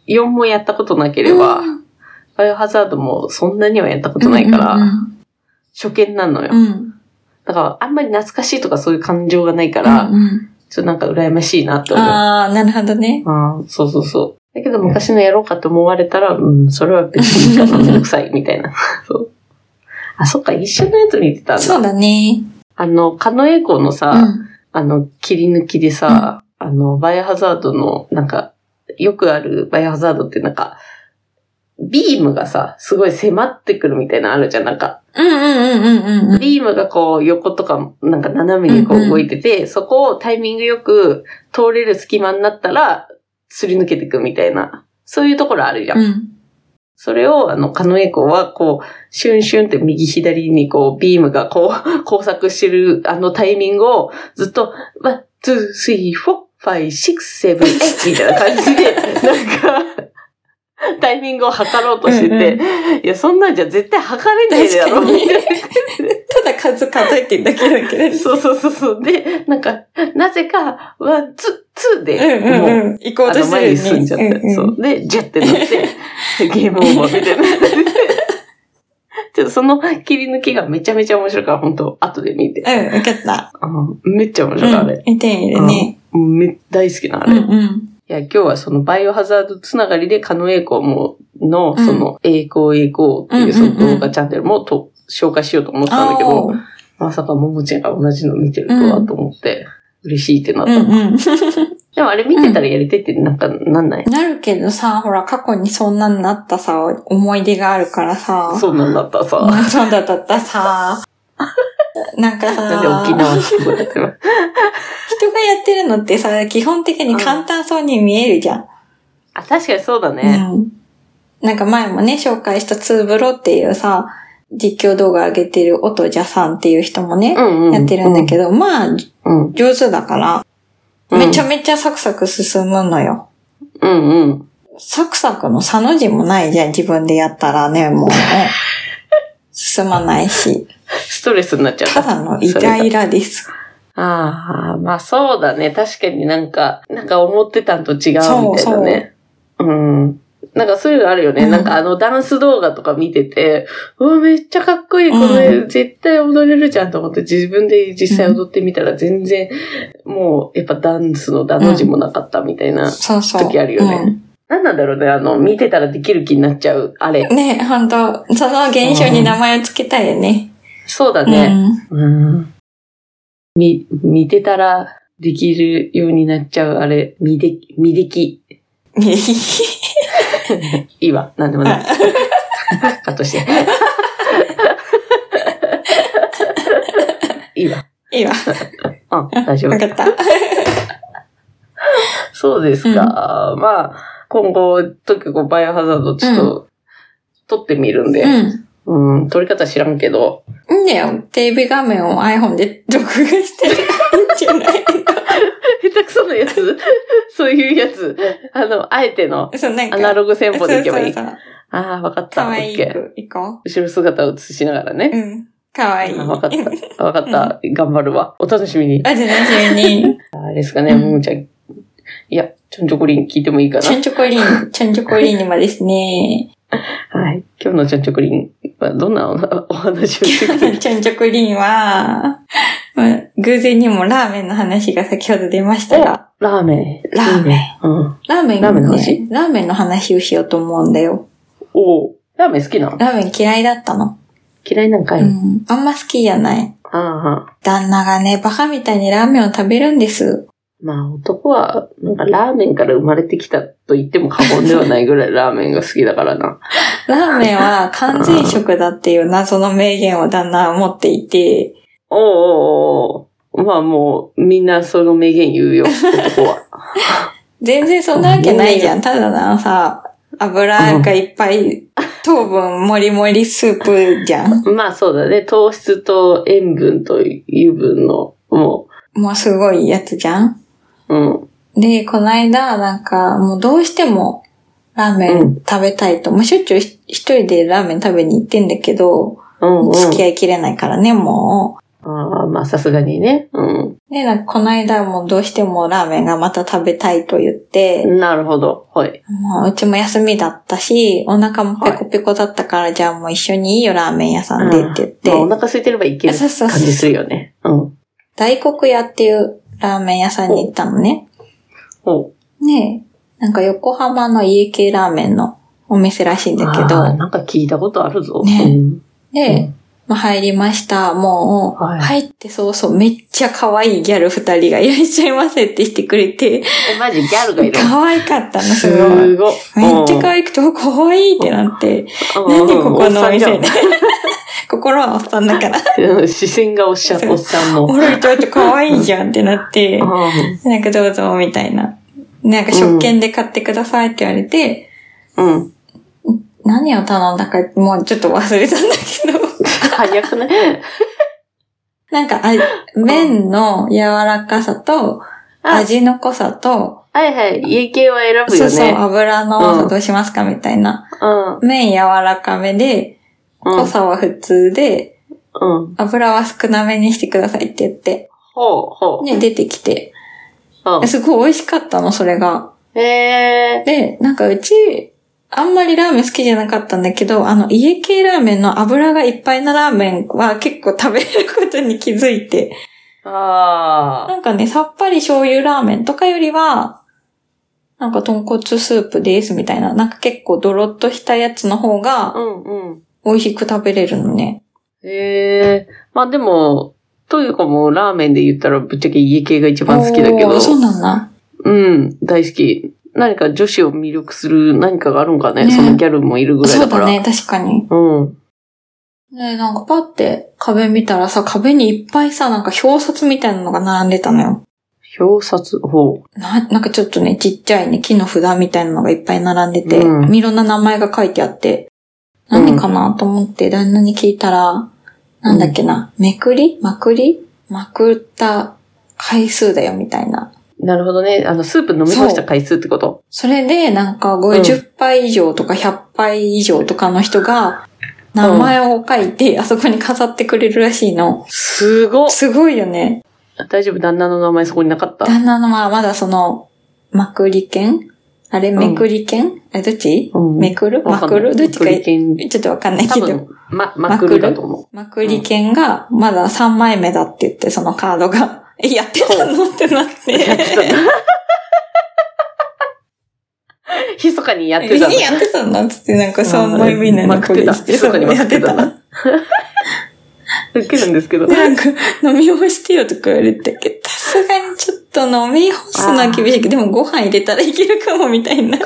[SPEAKER 1] 4もやったことなければ、バイオハザードもそんなにはやったことないから、
[SPEAKER 2] うん
[SPEAKER 1] 初見なのよ。
[SPEAKER 2] うんうん。
[SPEAKER 1] だから、あんまり懐かしいとかそういう感情がないから、
[SPEAKER 2] うんうん
[SPEAKER 1] ちょっとなんか羨ましいなって思う。
[SPEAKER 2] ああ、なるほどね。
[SPEAKER 1] あーそうそうそう。だけど昔のやろうかと思われたら、うん、それは別にいいかな、めんどくさい、みたいな。 そう。あ、そっか、一緒のやつ見てたん
[SPEAKER 2] そ
[SPEAKER 1] だ。
[SPEAKER 2] うだね。
[SPEAKER 1] あの、カノエコのさ、
[SPEAKER 2] うん
[SPEAKER 1] あの、切り抜きでさ、あの、バイオハザードの、なんか、よくあるバイオハザードってなんか、ビームがさ、すごい迫ってくるみたいなのあるじゃん。なんか、
[SPEAKER 2] うんうんうんうんうんうん。
[SPEAKER 1] ビームがこう横とか、なんか斜めにこ
[SPEAKER 2] うんう
[SPEAKER 1] うん動いてて、そこをタイミングよく通れる隙間になったら、すり抜けてくみたいな、そういうところあるじゃん。
[SPEAKER 2] うん。
[SPEAKER 1] それを、あの、カノエコは、こう、シュンシュンって右左に、こう、ビームが、こう、工作してる、あのタイミングを、ずっと、ワン、ツー、スリー、フォー、ファイ、シックス、セブン、エイト、みたいな感じ で、なんか、タイミングを測ろうとしてて、いや、そんなんじゃ絶対測れないだろ、
[SPEAKER 2] 確
[SPEAKER 1] み
[SPEAKER 2] かに
[SPEAKER 1] たいな。
[SPEAKER 2] ただ数数えてるだけだけどね。
[SPEAKER 1] そうそうそうそう。で、なんか、なぜか、ワン、ツー、ツーで、
[SPEAKER 2] うんう
[SPEAKER 1] もう、
[SPEAKER 2] んうん。行こう
[SPEAKER 1] あ
[SPEAKER 2] と
[SPEAKER 1] の
[SPEAKER 2] す
[SPEAKER 1] 前
[SPEAKER 2] る
[SPEAKER 1] に進んじゃって、
[SPEAKER 2] よね。
[SPEAKER 1] そう。で、ジュッてなって、ゲームオーバーみたいな。 ちょっとその切り抜きがめちゃめちゃ面白いから、本当後で見て。
[SPEAKER 2] うん、わかっ
[SPEAKER 1] あ
[SPEAKER 2] た。
[SPEAKER 1] めっちゃ面白い、あれ。
[SPEAKER 2] うん、見てみるね。
[SPEAKER 1] うんめ大好きなあ
[SPEAKER 2] う
[SPEAKER 1] れ。
[SPEAKER 2] ん
[SPEAKER 1] いや、今日はそのバイオハザードつながりで、カノエイコも、の、
[SPEAKER 2] うん
[SPEAKER 1] その、栄光栄光っていうそ
[SPEAKER 2] うん
[SPEAKER 1] の
[SPEAKER 2] うんう
[SPEAKER 1] 動
[SPEAKER 2] ん
[SPEAKER 1] 画チャンネルもと、紹介しようと思ってたんだけ
[SPEAKER 2] お
[SPEAKER 1] ど、
[SPEAKER 2] ー
[SPEAKER 1] まさかももちゃんが同じの見てるとはと思って、嬉しいってなっ
[SPEAKER 2] う
[SPEAKER 1] た。
[SPEAKER 2] んうん。
[SPEAKER 1] でもあれ見てたらやりてってなんかなんない、
[SPEAKER 2] なるけどさ、ほら、過去にそんなになったさ、思い出があるからさ。
[SPEAKER 1] そうなんだったさ。
[SPEAKER 2] うんそうだったっ たさ。なんかさ、
[SPEAKER 1] なんで沖縄っぽくなってる
[SPEAKER 2] 人がやってるのってさ、基本的に簡単そうに見えるじゃん。
[SPEAKER 1] あ、確かにそうだね。
[SPEAKER 2] うん。なんか前もね、紹介したツーブロっていうさ、実況動画上げてる音じゃさんっていう人もね、
[SPEAKER 1] うんうん。
[SPEAKER 2] やってるんだけど、まあ、
[SPEAKER 1] ど。うん。
[SPEAKER 2] 上手だから、
[SPEAKER 1] うん
[SPEAKER 2] めちゃめちゃサクサク進むのよ。
[SPEAKER 1] うんうん。
[SPEAKER 2] サクサクのサの字もないじゃん、自分でやったらね、もうね。進まないし。
[SPEAKER 1] ストレスになっちゃった
[SPEAKER 2] た。だのイライラです。
[SPEAKER 1] ああ、まあそうだね。確かになんか、なんか思ってたんと違うみたい
[SPEAKER 2] そう
[SPEAKER 1] なね。うん。なんかそういうのあるよね。
[SPEAKER 2] うん
[SPEAKER 1] なんかあのダンス動画とか見てて、うわ、めっちゃかっこいい。こ
[SPEAKER 2] う
[SPEAKER 1] れ絶対踊れるじゃんと思って自分で実際踊ってみたら全然、もうやっぱダンスのダの字もなかったみたいな。
[SPEAKER 2] そうそう。
[SPEAKER 1] 時あるよねなんなんだろうね。あの、見てたらできる気になっちゃう。あれ
[SPEAKER 2] う。んね、本当その現象に名前をつけたいよね。
[SPEAKER 1] そうだね。うん。み、見てたらできるようになっちゃう、あれ、見で、見でき。
[SPEAKER 2] うん。ね
[SPEAKER 1] いいわ、なんでも ない。カットして。いいわ。
[SPEAKER 2] いいわ。
[SPEAKER 1] うん、大丈
[SPEAKER 2] わ
[SPEAKER 1] 夫。
[SPEAKER 2] かった。
[SPEAKER 1] そうですか。まあ、今後、とにかくバイオハザードちょっと、撮ってみるんで。
[SPEAKER 2] うん。
[SPEAKER 1] うん、撮り方知らんけ ど。
[SPEAKER 2] いいんだよ。テレビ画面を iPhone で録画してるんじゃない
[SPEAKER 1] 下手くそのや つそういうやつ。あの、あえての、
[SPEAKER 2] そう、なんか。
[SPEAKER 1] アナログ戦法でいけばいい。
[SPEAKER 2] そうそうそう
[SPEAKER 1] ああ、わかった。
[SPEAKER 2] かわい
[SPEAKER 1] OK
[SPEAKER 2] くいこ
[SPEAKER 1] 後ろ姿を映しながら
[SPEAKER 2] う。
[SPEAKER 1] ね。
[SPEAKER 2] うん。かわいい。
[SPEAKER 1] あわかった。わかった。頑張るわ。お楽しみに。
[SPEAKER 2] あ、じゃあ楽しみに。
[SPEAKER 1] あれですかね、
[SPEAKER 2] うん
[SPEAKER 1] ももちゃん。いや、ちょんちょこりん聞いてもいいかな
[SPEAKER 2] チ。ャンチョコ リン、チャンチョコリンにもですね。
[SPEAKER 1] はい。今日のちょんちょこりんはどんなおお話をして
[SPEAKER 2] チ
[SPEAKER 1] くれる
[SPEAKER 2] ャンチョコリンは、まあ偶然にもラーメンの話が先ほど出ました
[SPEAKER 1] お
[SPEAKER 2] が、
[SPEAKER 1] ラーメン。
[SPEAKER 2] ラーメン
[SPEAKER 1] いいねうん。
[SPEAKER 2] ラーメン、ね、
[SPEAKER 1] ラーメンの話
[SPEAKER 2] ラーメンの話をしようと思うんだよ。
[SPEAKER 1] おうラーメン好きなの
[SPEAKER 2] ラーメン嫌いだったの。
[SPEAKER 1] 嫌いなんかい、
[SPEAKER 2] うん。あんま好きじゃない。
[SPEAKER 1] ああ。
[SPEAKER 2] 旦那がね、バカみたいにラーメンを食べるんです。
[SPEAKER 1] まあ男は、なんかラーメンから生まれてきたと言っても過言ではないぐらいラーメンが好きだからな。
[SPEAKER 2] ラーメンは完全食だっていう謎の名言を旦那は持っていて、
[SPEAKER 1] おうおうおうまあもう、みんなその名言言うよ、男は。
[SPEAKER 2] 全然そんなわけないじゃん。ただのさ、油がいっぱい、糖分もりもりスープじゃ ん。
[SPEAKER 1] まあそうだね。糖質と塩分と油分の、も
[SPEAKER 2] もうすごいやつじゃん。
[SPEAKER 1] う、うん。
[SPEAKER 2] で、この間、なんか、もうどうしても、ラーメ
[SPEAKER 1] う
[SPEAKER 2] ン食べたいと。もうしょっちゅうひ一人でラーメン食べに行ってんだけど、
[SPEAKER 1] うん、うん。
[SPEAKER 2] 付き合いきれないからね、も
[SPEAKER 1] ああ、まあさすがにね。う
[SPEAKER 2] う。で、なんかこの間もうどうしてもラーメンがまた食べたいと言って、
[SPEAKER 1] ん。なるほど。はい。
[SPEAKER 2] もううちも休みだったし、お腹もペコペコだったから、じゃあもう一緒にいいよ、ラーメン屋さんでって言って。
[SPEAKER 1] まあお腹空いてればいける
[SPEAKER 2] そうそう
[SPEAKER 1] 感
[SPEAKER 2] そう
[SPEAKER 1] じするよね。うん。
[SPEAKER 2] 大黒屋っていうラーメン屋さんに行ったのね。
[SPEAKER 1] ほ
[SPEAKER 2] ねえ、なんか横浜の家系ラーメンのお店らしいん
[SPEAKER 1] う。
[SPEAKER 2] だけ
[SPEAKER 1] あー
[SPEAKER 2] ど。
[SPEAKER 1] なんか聞いたことあるぞ。
[SPEAKER 2] ね
[SPEAKER 1] うん
[SPEAKER 2] で、まあ、入りました。もう、
[SPEAKER 1] はい
[SPEAKER 2] 入ってそうそう、めっちゃ可愛いギャル二人がいらっしゃいませってしてくれて、
[SPEAKER 1] え、マジギャルがいる。
[SPEAKER 2] 可愛かったの、す
[SPEAKER 1] す
[SPEAKER 2] ごい。めっ
[SPEAKER 1] ごい。
[SPEAKER 2] ちゃ可愛くて、お可愛いってなって、
[SPEAKER 1] うん
[SPEAKER 2] 何ここのお
[SPEAKER 1] う
[SPEAKER 2] 店
[SPEAKER 1] んおっ
[SPEAKER 2] で。 心はおっさん だから。
[SPEAKER 1] さんじゃん視線がおっしゃ
[SPEAKER 2] そう
[SPEAKER 1] おっさんの。
[SPEAKER 2] 俺ちょっと可愛いじゃんってなって。
[SPEAKER 1] う
[SPEAKER 2] なんかどうぞ、みたいな。なんか食券で買ってくださいって言われて、
[SPEAKER 1] ん。うん。
[SPEAKER 2] 何を頼んだか、もうちょっと忘れたんだけど。
[SPEAKER 1] 早くね。
[SPEAKER 2] なんかあ、麺の柔らかさと、
[SPEAKER 1] あ
[SPEAKER 2] 味の濃さと、
[SPEAKER 1] はいはい。家系は選ぶよ
[SPEAKER 2] そう
[SPEAKER 1] ね。
[SPEAKER 2] そう、油の多
[SPEAKER 1] う
[SPEAKER 2] さ
[SPEAKER 1] ん
[SPEAKER 2] どうしますかみたいな。
[SPEAKER 1] うん。
[SPEAKER 2] 麺柔らかめで、
[SPEAKER 1] う
[SPEAKER 2] 濃
[SPEAKER 1] ん。
[SPEAKER 2] さは普通で、
[SPEAKER 1] うん。
[SPEAKER 2] 油は少なめにしてくださいって言って、
[SPEAKER 1] ほうほう。
[SPEAKER 2] ね、出てきて。
[SPEAKER 1] うん
[SPEAKER 2] すごい美味しかったの、それが。
[SPEAKER 1] へえ。
[SPEAKER 2] で、なんかうち、あんまりラーメン好きじゃなかったんだけど、あの、家系ラーメンの油がいっぱいなラーメンは 結構食べれることに気づいて、
[SPEAKER 1] ああ。
[SPEAKER 2] なんかね、さっぱり醤油ラーメンとかよりは、なんか豚骨スープですみたいな、なんか結構ドロッとしたやつの方が
[SPEAKER 1] うんうん。
[SPEAKER 2] 美味しく食べれるのね。
[SPEAKER 1] ええまあでも、というかもうラーメンで言ったらぶっちゃけ家系が一番好きだけ
[SPEAKER 2] おー
[SPEAKER 1] ど。
[SPEAKER 2] そうなんだ。
[SPEAKER 1] うん、大好き。何か女子を魅力する何かがあるんかね
[SPEAKER 2] ね
[SPEAKER 1] そのギャルもいるぐらい
[SPEAKER 2] そう
[SPEAKER 1] だから。
[SPEAKER 2] だね、確かに。
[SPEAKER 1] うん。
[SPEAKER 2] ねなんかパって壁見たらさ、壁にいっぱいさ、なんか表札みたいなのが並んでたのよ。
[SPEAKER 1] 表札法。
[SPEAKER 2] な、なんかちょっとね、ちっちゃいね、木の札みたいなのがいっぱい並んでて、
[SPEAKER 1] うん
[SPEAKER 2] いろんな名前が書いてあって、
[SPEAKER 1] うん
[SPEAKER 2] 何かなと思って旦那に聞いたら、なんだっけな、めくりまくりまくった回数だよ、みたいな。
[SPEAKER 1] なるほどね。あの、スープ飲み干した回数ってこと。
[SPEAKER 2] それで、なんか50杯以上とか100杯以上とかの人が、名前を書いて、あそこに飾ってくれるらしいの。
[SPEAKER 1] すごっ
[SPEAKER 2] すごいよね。
[SPEAKER 1] 大丈夫旦那の名前そこになかった。
[SPEAKER 2] 旦那のまあまだその、まくり券あれ、
[SPEAKER 1] ん
[SPEAKER 2] めくり券え、どっち
[SPEAKER 1] うん
[SPEAKER 2] めくる
[SPEAKER 1] わ
[SPEAKER 2] ま
[SPEAKER 1] かん
[SPEAKER 2] く
[SPEAKER 1] ない
[SPEAKER 2] るどっちか
[SPEAKER 1] マクリ券
[SPEAKER 2] ちょっとわかんない
[SPEAKER 1] 多
[SPEAKER 2] けど。
[SPEAKER 1] 分、ま、まくるだと思う。
[SPEAKER 2] まくり券がまだ3枚目だって言って、そのカードが。 え、やってたのってなっ
[SPEAKER 1] やって
[SPEAKER 2] て。
[SPEAKER 1] たな密かにやっ
[SPEAKER 2] え
[SPEAKER 1] てたの。
[SPEAKER 2] やってたのつって、なんか3枚目なの
[SPEAKER 1] まくってた密かにまく
[SPEAKER 2] や
[SPEAKER 1] っ
[SPEAKER 2] ってて
[SPEAKER 1] た
[SPEAKER 2] た。
[SPEAKER 1] な
[SPEAKER 2] で、
[SPEAKER 1] 受けるんですけど。
[SPEAKER 2] なんか、飲み干してよとか言われたけど、さすがにちょっと飲み干すのは厳しいけど、でもご飯入れたらいけるかもみ たいな。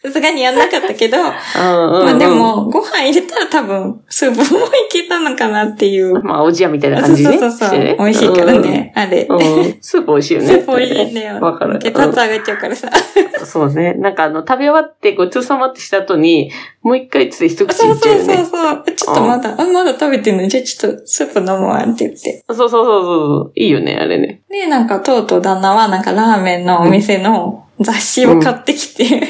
[SPEAKER 2] さすがにやんなかったけど、
[SPEAKER 1] うんうんうん
[SPEAKER 2] まあで、も、ご飯入れたら多分、スープもいけたのかなっていう。
[SPEAKER 1] まあ、おじやみたいな
[SPEAKER 2] そ
[SPEAKER 1] 感
[SPEAKER 2] う
[SPEAKER 1] じで
[SPEAKER 2] そ
[SPEAKER 1] ね。
[SPEAKER 2] うそうそう、
[SPEAKER 1] てね
[SPEAKER 2] 美味しいから。ね、あれ。
[SPEAKER 1] うんうんスープ美味しいよね。
[SPEAKER 2] スープ美味しいんだよ。
[SPEAKER 1] わかる
[SPEAKER 2] 血圧上がっちゃうからさ。
[SPEAKER 1] そうね。なんかあの、食べ終わってごちそうさまってした後に、もう一回つって一口
[SPEAKER 2] そ
[SPEAKER 1] いうっちゃう
[SPEAKER 2] そ
[SPEAKER 1] よ
[SPEAKER 2] うそう
[SPEAKER 1] ね。
[SPEAKER 2] そう。ちょっとまだ、あ、まだ食べてんのじゃあちょっとスープ飲むわって言って。
[SPEAKER 1] そうそうそうそうそう。いいよね、あれね。
[SPEAKER 2] で、なんか、とうとう旦那は、なんか、ラーメンのお店の雑誌を買って きて。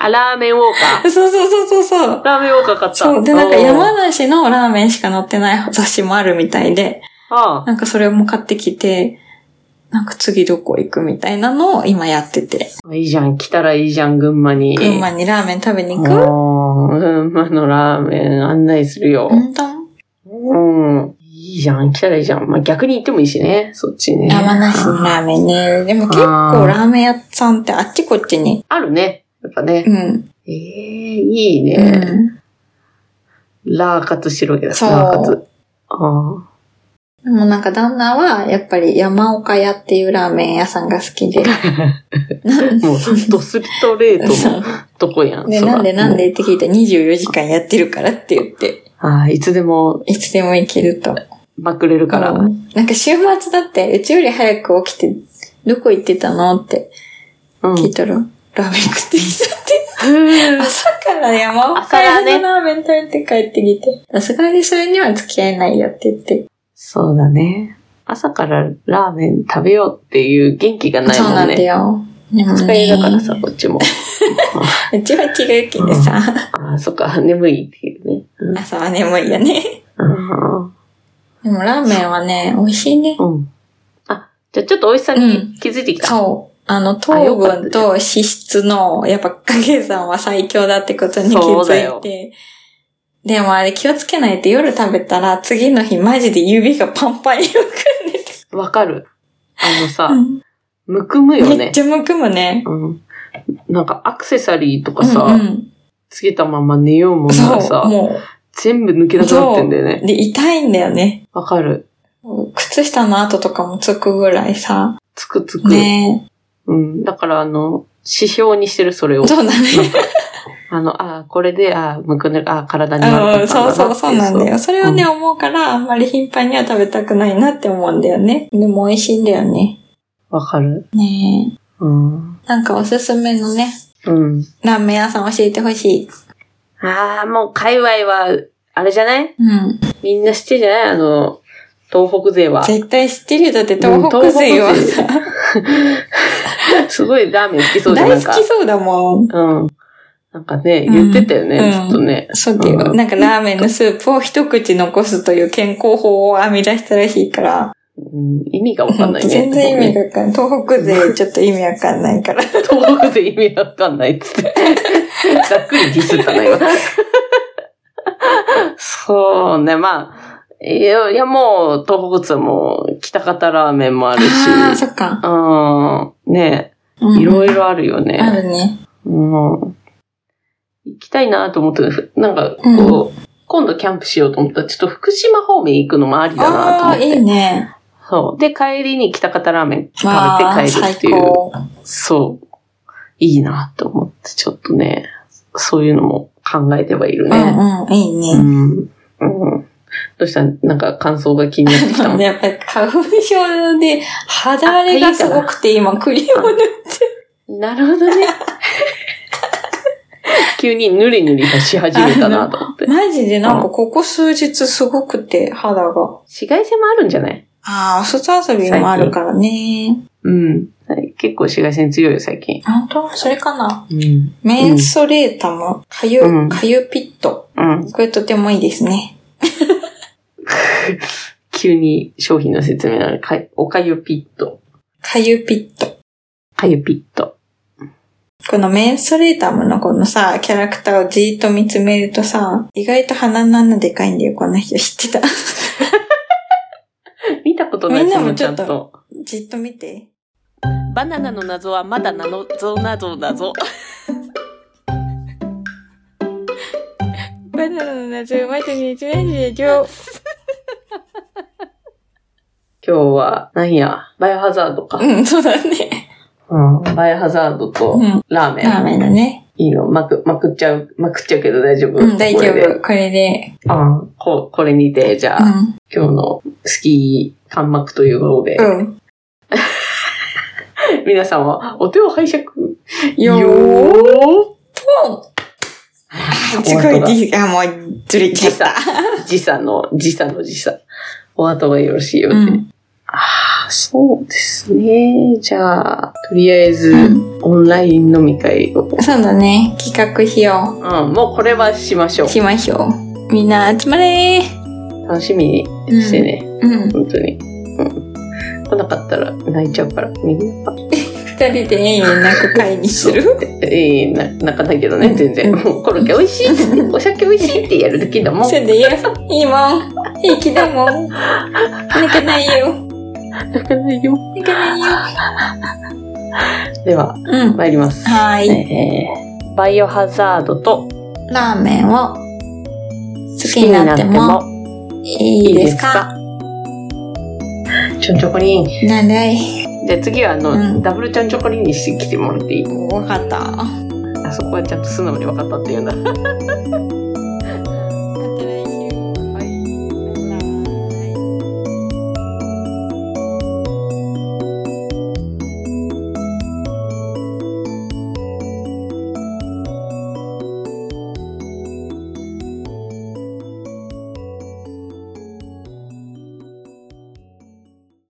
[SPEAKER 1] あ、ラーメンウォーカ
[SPEAKER 2] そうそうそうそうそう
[SPEAKER 1] ー。。ラーメンウォーカー買った。
[SPEAKER 2] そう。で、なんか、
[SPEAKER 1] おー
[SPEAKER 2] 山梨のラーメンしか載ってない雑誌もあるみたいで。
[SPEAKER 1] ああ
[SPEAKER 2] なんかそれも買ってきて、なんか次どこ行くみたいなのを今やってて。
[SPEAKER 1] いいじゃん。来たらいいじゃん、群馬に。
[SPEAKER 2] 群馬にラーメン食べに行く
[SPEAKER 1] おー群馬のラーメン案内するよ。
[SPEAKER 2] 本当
[SPEAKER 1] うん。いいじゃん、来たらいいじゃん。まあ、逆に行ってもいいしね、そっちね。
[SPEAKER 2] 山梨のラーメンね。でも結構ラーメン屋さんってあっちこっちに。
[SPEAKER 1] あるね。やっぱね
[SPEAKER 2] う。ん。
[SPEAKER 1] ええいいうね。
[SPEAKER 2] ん。
[SPEAKER 1] ラーカツしろよ。ラ
[SPEAKER 2] そう
[SPEAKER 1] ーカツ。あ
[SPEAKER 2] でもなんか旦那はやっぱり山岡屋っていうラーメン屋さんが好き で。
[SPEAKER 1] あ。もう、ドストレート
[SPEAKER 2] そ
[SPEAKER 1] の
[SPEAKER 2] う
[SPEAKER 1] とこやん。
[SPEAKER 2] で、
[SPEAKER 1] そら
[SPEAKER 2] なんでなんでって聞いたら24時間やってるからって言って、
[SPEAKER 1] ああ、いつでも
[SPEAKER 2] いつでも行けると。
[SPEAKER 1] まくれるから。
[SPEAKER 2] うんなんか週末だって、うちより早く起きて、どこ行ってたのって
[SPEAKER 1] うん。
[SPEAKER 2] 聞いたら、ラーメン食ってきたって。朝から山を
[SPEAKER 1] 朝だ
[SPEAKER 2] 帰
[SPEAKER 1] ね
[SPEAKER 2] のラーメン食べて帰ってきて。さすがにそれには付き合えないよって言って。
[SPEAKER 1] そうだね。朝からラーメン食べようっていう元気がない
[SPEAKER 2] そう
[SPEAKER 1] も
[SPEAKER 2] なんんだ
[SPEAKER 1] ね。
[SPEAKER 2] よ。でも
[SPEAKER 1] 疲れ
[SPEAKER 2] ね
[SPEAKER 1] だからさ、こっちも。
[SPEAKER 2] うちは気が気でさ、
[SPEAKER 1] ああ、そっか、眠いっていうね。うん
[SPEAKER 2] 朝は眠いよね。
[SPEAKER 1] あ
[SPEAKER 2] でもラーメンはね、美味しいね
[SPEAKER 1] あ。うん。あ、じゃあちょっと美味しさに気づいてきた。
[SPEAKER 2] そう。あの、糖分と脂質の、やっぱ掛け算は最強だってことに気
[SPEAKER 1] そうだ
[SPEAKER 2] づ
[SPEAKER 1] よ
[SPEAKER 2] いて。でもあれ気をつけないと夜食べたら次の日マジで指がパンパンにむくんでた
[SPEAKER 1] わかる。あのさ、
[SPEAKER 2] うん
[SPEAKER 1] むくむよ
[SPEAKER 2] めっ
[SPEAKER 1] ね
[SPEAKER 2] ち。ゃむくむね。
[SPEAKER 1] うん。なんかアクセサリーとかさ、
[SPEAKER 2] うんうん
[SPEAKER 1] つけたまま寝ようもんなら
[SPEAKER 2] そ
[SPEAKER 1] さ
[SPEAKER 2] う、、も
[SPEAKER 1] 全部抜けなくなってんだよね
[SPEAKER 2] う。。で、痛いんだよね。
[SPEAKER 1] わかる。
[SPEAKER 2] 靴下の跡とかもつくぐらいさ。
[SPEAKER 1] つくつく。
[SPEAKER 2] ね
[SPEAKER 1] うん。だからあの、指標にしてる、それを。
[SPEAKER 2] そうだね。
[SPEAKER 1] あの、あこれで、あむくんでる、あ体に
[SPEAKER 2] う
[SPEAKER 1] 悪かっ
[SPEAKER 2] ん
[SPEAKER 1] たんだ
[SPEAKER 2] そ
[SPEAKER 1] な
[SPEAKER 2] うそう、そうなんだよ。それをね、
[SPEAKER 1] う
[SPEAKER 2] 思うから、あんまり頻繁には食べたくないなって思うんだよね。でも美味しいんだよね。
[SPEAKER 1] わかる。
[SPEAKER 2] ね
[SPEAKER 1] うん。
[SPEAKER 2] なんかおすすめのね、
[SPEAKER 1] うん。
[SPEAKER 2] ラーメン屋さん教えてほしい。
[SPEAKER 1] ああ、もう、界隈は、あれじゃない
[SPEAKER 2] うん。
[SPEAKER 1] みんな知ってるじゃないあの、東北勢は。
[SPEAKER 2] 絶対知ってるよ。だって東北勢はさ、
[SPEAKER 1] すごいラーメン好きそうじゃん。な
[SPEAKER 2] 大
[SPEAKER 1] んか
[SPEAKER 2] 好きそうだもん。
[SPEAKER 1] うん。なんかね、
[SPEAKER 2] うん
[SPEAKER 1] 言ってたよね、
[SPEAKER 2] うん
[SPEAKER 1] ずっとね。
[SPEAKER 2] そうだよ。
[SPEAKER 1] うん
[SPEAKER 2] なんかラーメンのスープを一口残すという健康法を編み出したらしいから。
[SPEAKER 1] うん、意味がわかんないね。
[SPEAKER 2] 全然意味が わかんない。東北勢ちょっと意味わかんないから。
[SPEAKER 1] 東北勢意味わかんないっつって。ざっくりディスったな、今。そうね、まあ、いや、いやもう、東北津も、北方ラーメンもあるし、
[SPEAKER 2] ああ、そっか。
[SPEAKER 1] うん、ね、
[SPEAKER 2] うん
[SPEAKER 1] いろいろあるよね。
[SPEAKER 2] あるね。
[SPEAKER 1] うん。行きたいなと思って、ふなんか、こう、今度キャンプしようと思ったら、ちょっと福島方面行くのもありだなと
[SPEAKER 2] あ
[SPEAKER 1] 思っ
[SPEAKER 2] あ、
[SPEAKER 1] て。
[SPEAKER 2] いいね。
[SPEAKER 1] そう。で、帰りに北方ラーメン食
[SPEAKER 2] わあ、
[SPEAKER 1] べて帰るってい
[SPEAKER 2] 最
[SPEAKER 1] う。
[SPEAKER 2] 高。
[SPEAKER 1] そう。いいなと思って、ちょっとね、そういうのも考えてはいる
[SPEAKER 2] う
[SPEAKER 1] ね。
[SPEAKER 2] んうん、いいね
[SPEAKER 1] う。ん。うん。どうしたなんか感想が気になってき たもん。
[SPEAKER 2] やっぱり花粉症で肌荒れがすごくて今クリーム塗って。
[SPEAKER 1] なるほど ね。急にぬりぬりがし始めたなと思って。
[SPEAKER 2] マジでなんかここ数日すごくて肌が。
[SPEAKER 1] 紫外線もあるんじゃない
[SPEAKER 2] ああ、外遊びもあるからね。
[SPEAKER 1] うん。はい結構紫外線強いよ、最近。
[SPEAKER 2] 本当それかな。
[SPEAKER 1] うん。
[SPEAKER 2] メンソレータも、かゆ
[SPEAKER 1] うん、
[SPEAKER 2] かゆピット。
[SPEAKER 1] うん。
[SPEAKER 2] これとてもいいですね。
[SPEAKER 1] 急に商品の説明なのに、かおかゆピット。
[SPEAKER 2] かゆピット。
[SPEAKER 1] かゆピット。
[SPEAKER 2] このメンソレータムのこのさ、キャラクターをじーっと見つめるとさ、意外と鼻の穴でかいんだよ、この人知ってた。
[SPEAKER 1] 見たことない
[SPEAKER 2] みんなも
[SPEAKER 1] その
[SPEAKER 2] ちょっと
[SPEAKER 1] ゃん
[SPEAKER 2] じっと見て。
[SPEAKER 1] バナナの謎はまだ謎謎謎。
[SPEAKER 2] バナナの謎までに一年で上。
[SPEAKER 1] 今日は、なんや、バイオハザードか。
[SPEAKER 2] うん、そうだね。
[SPEAKER 1] うん。バイオハザードと
[SPEAKER 2] うん。
[SPEAKER 1] ラーメン。
[SPEAKER 2] ラーメンだね。
[SPEAKER 1] いいのまく、まくっちゃう、まくっちゃうけど大丈夫。
[SPEAKER 2] うん、大丈
[SPEAKER 1] これで
[SPEAKER 2] 夫。これで。
[SPEAKER 1] あーここれにて、じゃあ、
[SPEAKER 2] う
[SPEAKER 1] 今日のスキー間膜ということで、
[SPEAKER 2] ん。うん。
[SPEAKER 1] 皆さんはお手を拝借。
[SPEAKER 2] よー
[SPEAKER 1] ー
[SPEAKER 2] ポンすごいディあ、もう、ずれちゃ った。
[SPEAKER 1] 時差の、時差の時差。お後がよろしいよう
[SPEAKER 2] う
[SPEAKER 1] で。
[SPEAKER 2] ん。
[SPEAKER 1] ああ、そうですね。じゃあ、とりあえず、
[SPEAKER 2] うん
[SPEAKER 1] オンライン飲み会を。
[SPEAKER 2] そうだね。企画費用
[SPEAKER 1] うん、もうこれはしましょう。
[SPEAKER 2] しましょう。みんな集まれー
[SPEAKER 1] 楽しみにしてね。
[SPEAKER 2] うん。
[SPEAKER 1] 本当に。うん。来なかったら泣いちゃうから、みんな。
[SPEAKER 2] 二人で永遠なく会にする。
[SPEAKER 1] ええな、泣かないけどね、全然。
[SPEAKER 2] うん
[SPEAKER 1] もうコロッケ美味しい って、お酒美味しいってやるだけだもん。
[SPEAKER 2] それでいいよ。いいもん。平気だもん。泣かないよ。
[SPEAKER 1] 泣かないよ。
[SPEAKER 2] 泣かないよ。
[SPEAKER 1] では、
[SPEAKER 2] うん。は
[SPEAKER 1] 参ります。
[SPEAKER 2] ーい。
[SPEAKER 1] えーバイオハザードと
[SPEAKER 2] ラーメンを好
[SPEAKER 1] 好
[SPEAKER 2] きになってもいいですか
[SPEAKER 1] ちょんちょこりん。じ
[SPEAKER 2] なんだい
[SPEAKER 1] ゃあ次はあの、
[SPEAKER 2] うん
[SPEAKER 1] ダブルちょんちょこりんにしてきてもらっていい
[SPEAKER 2] わかった。
[SPEAKER 1] あそこはちゃんと素直に分かったっていうな。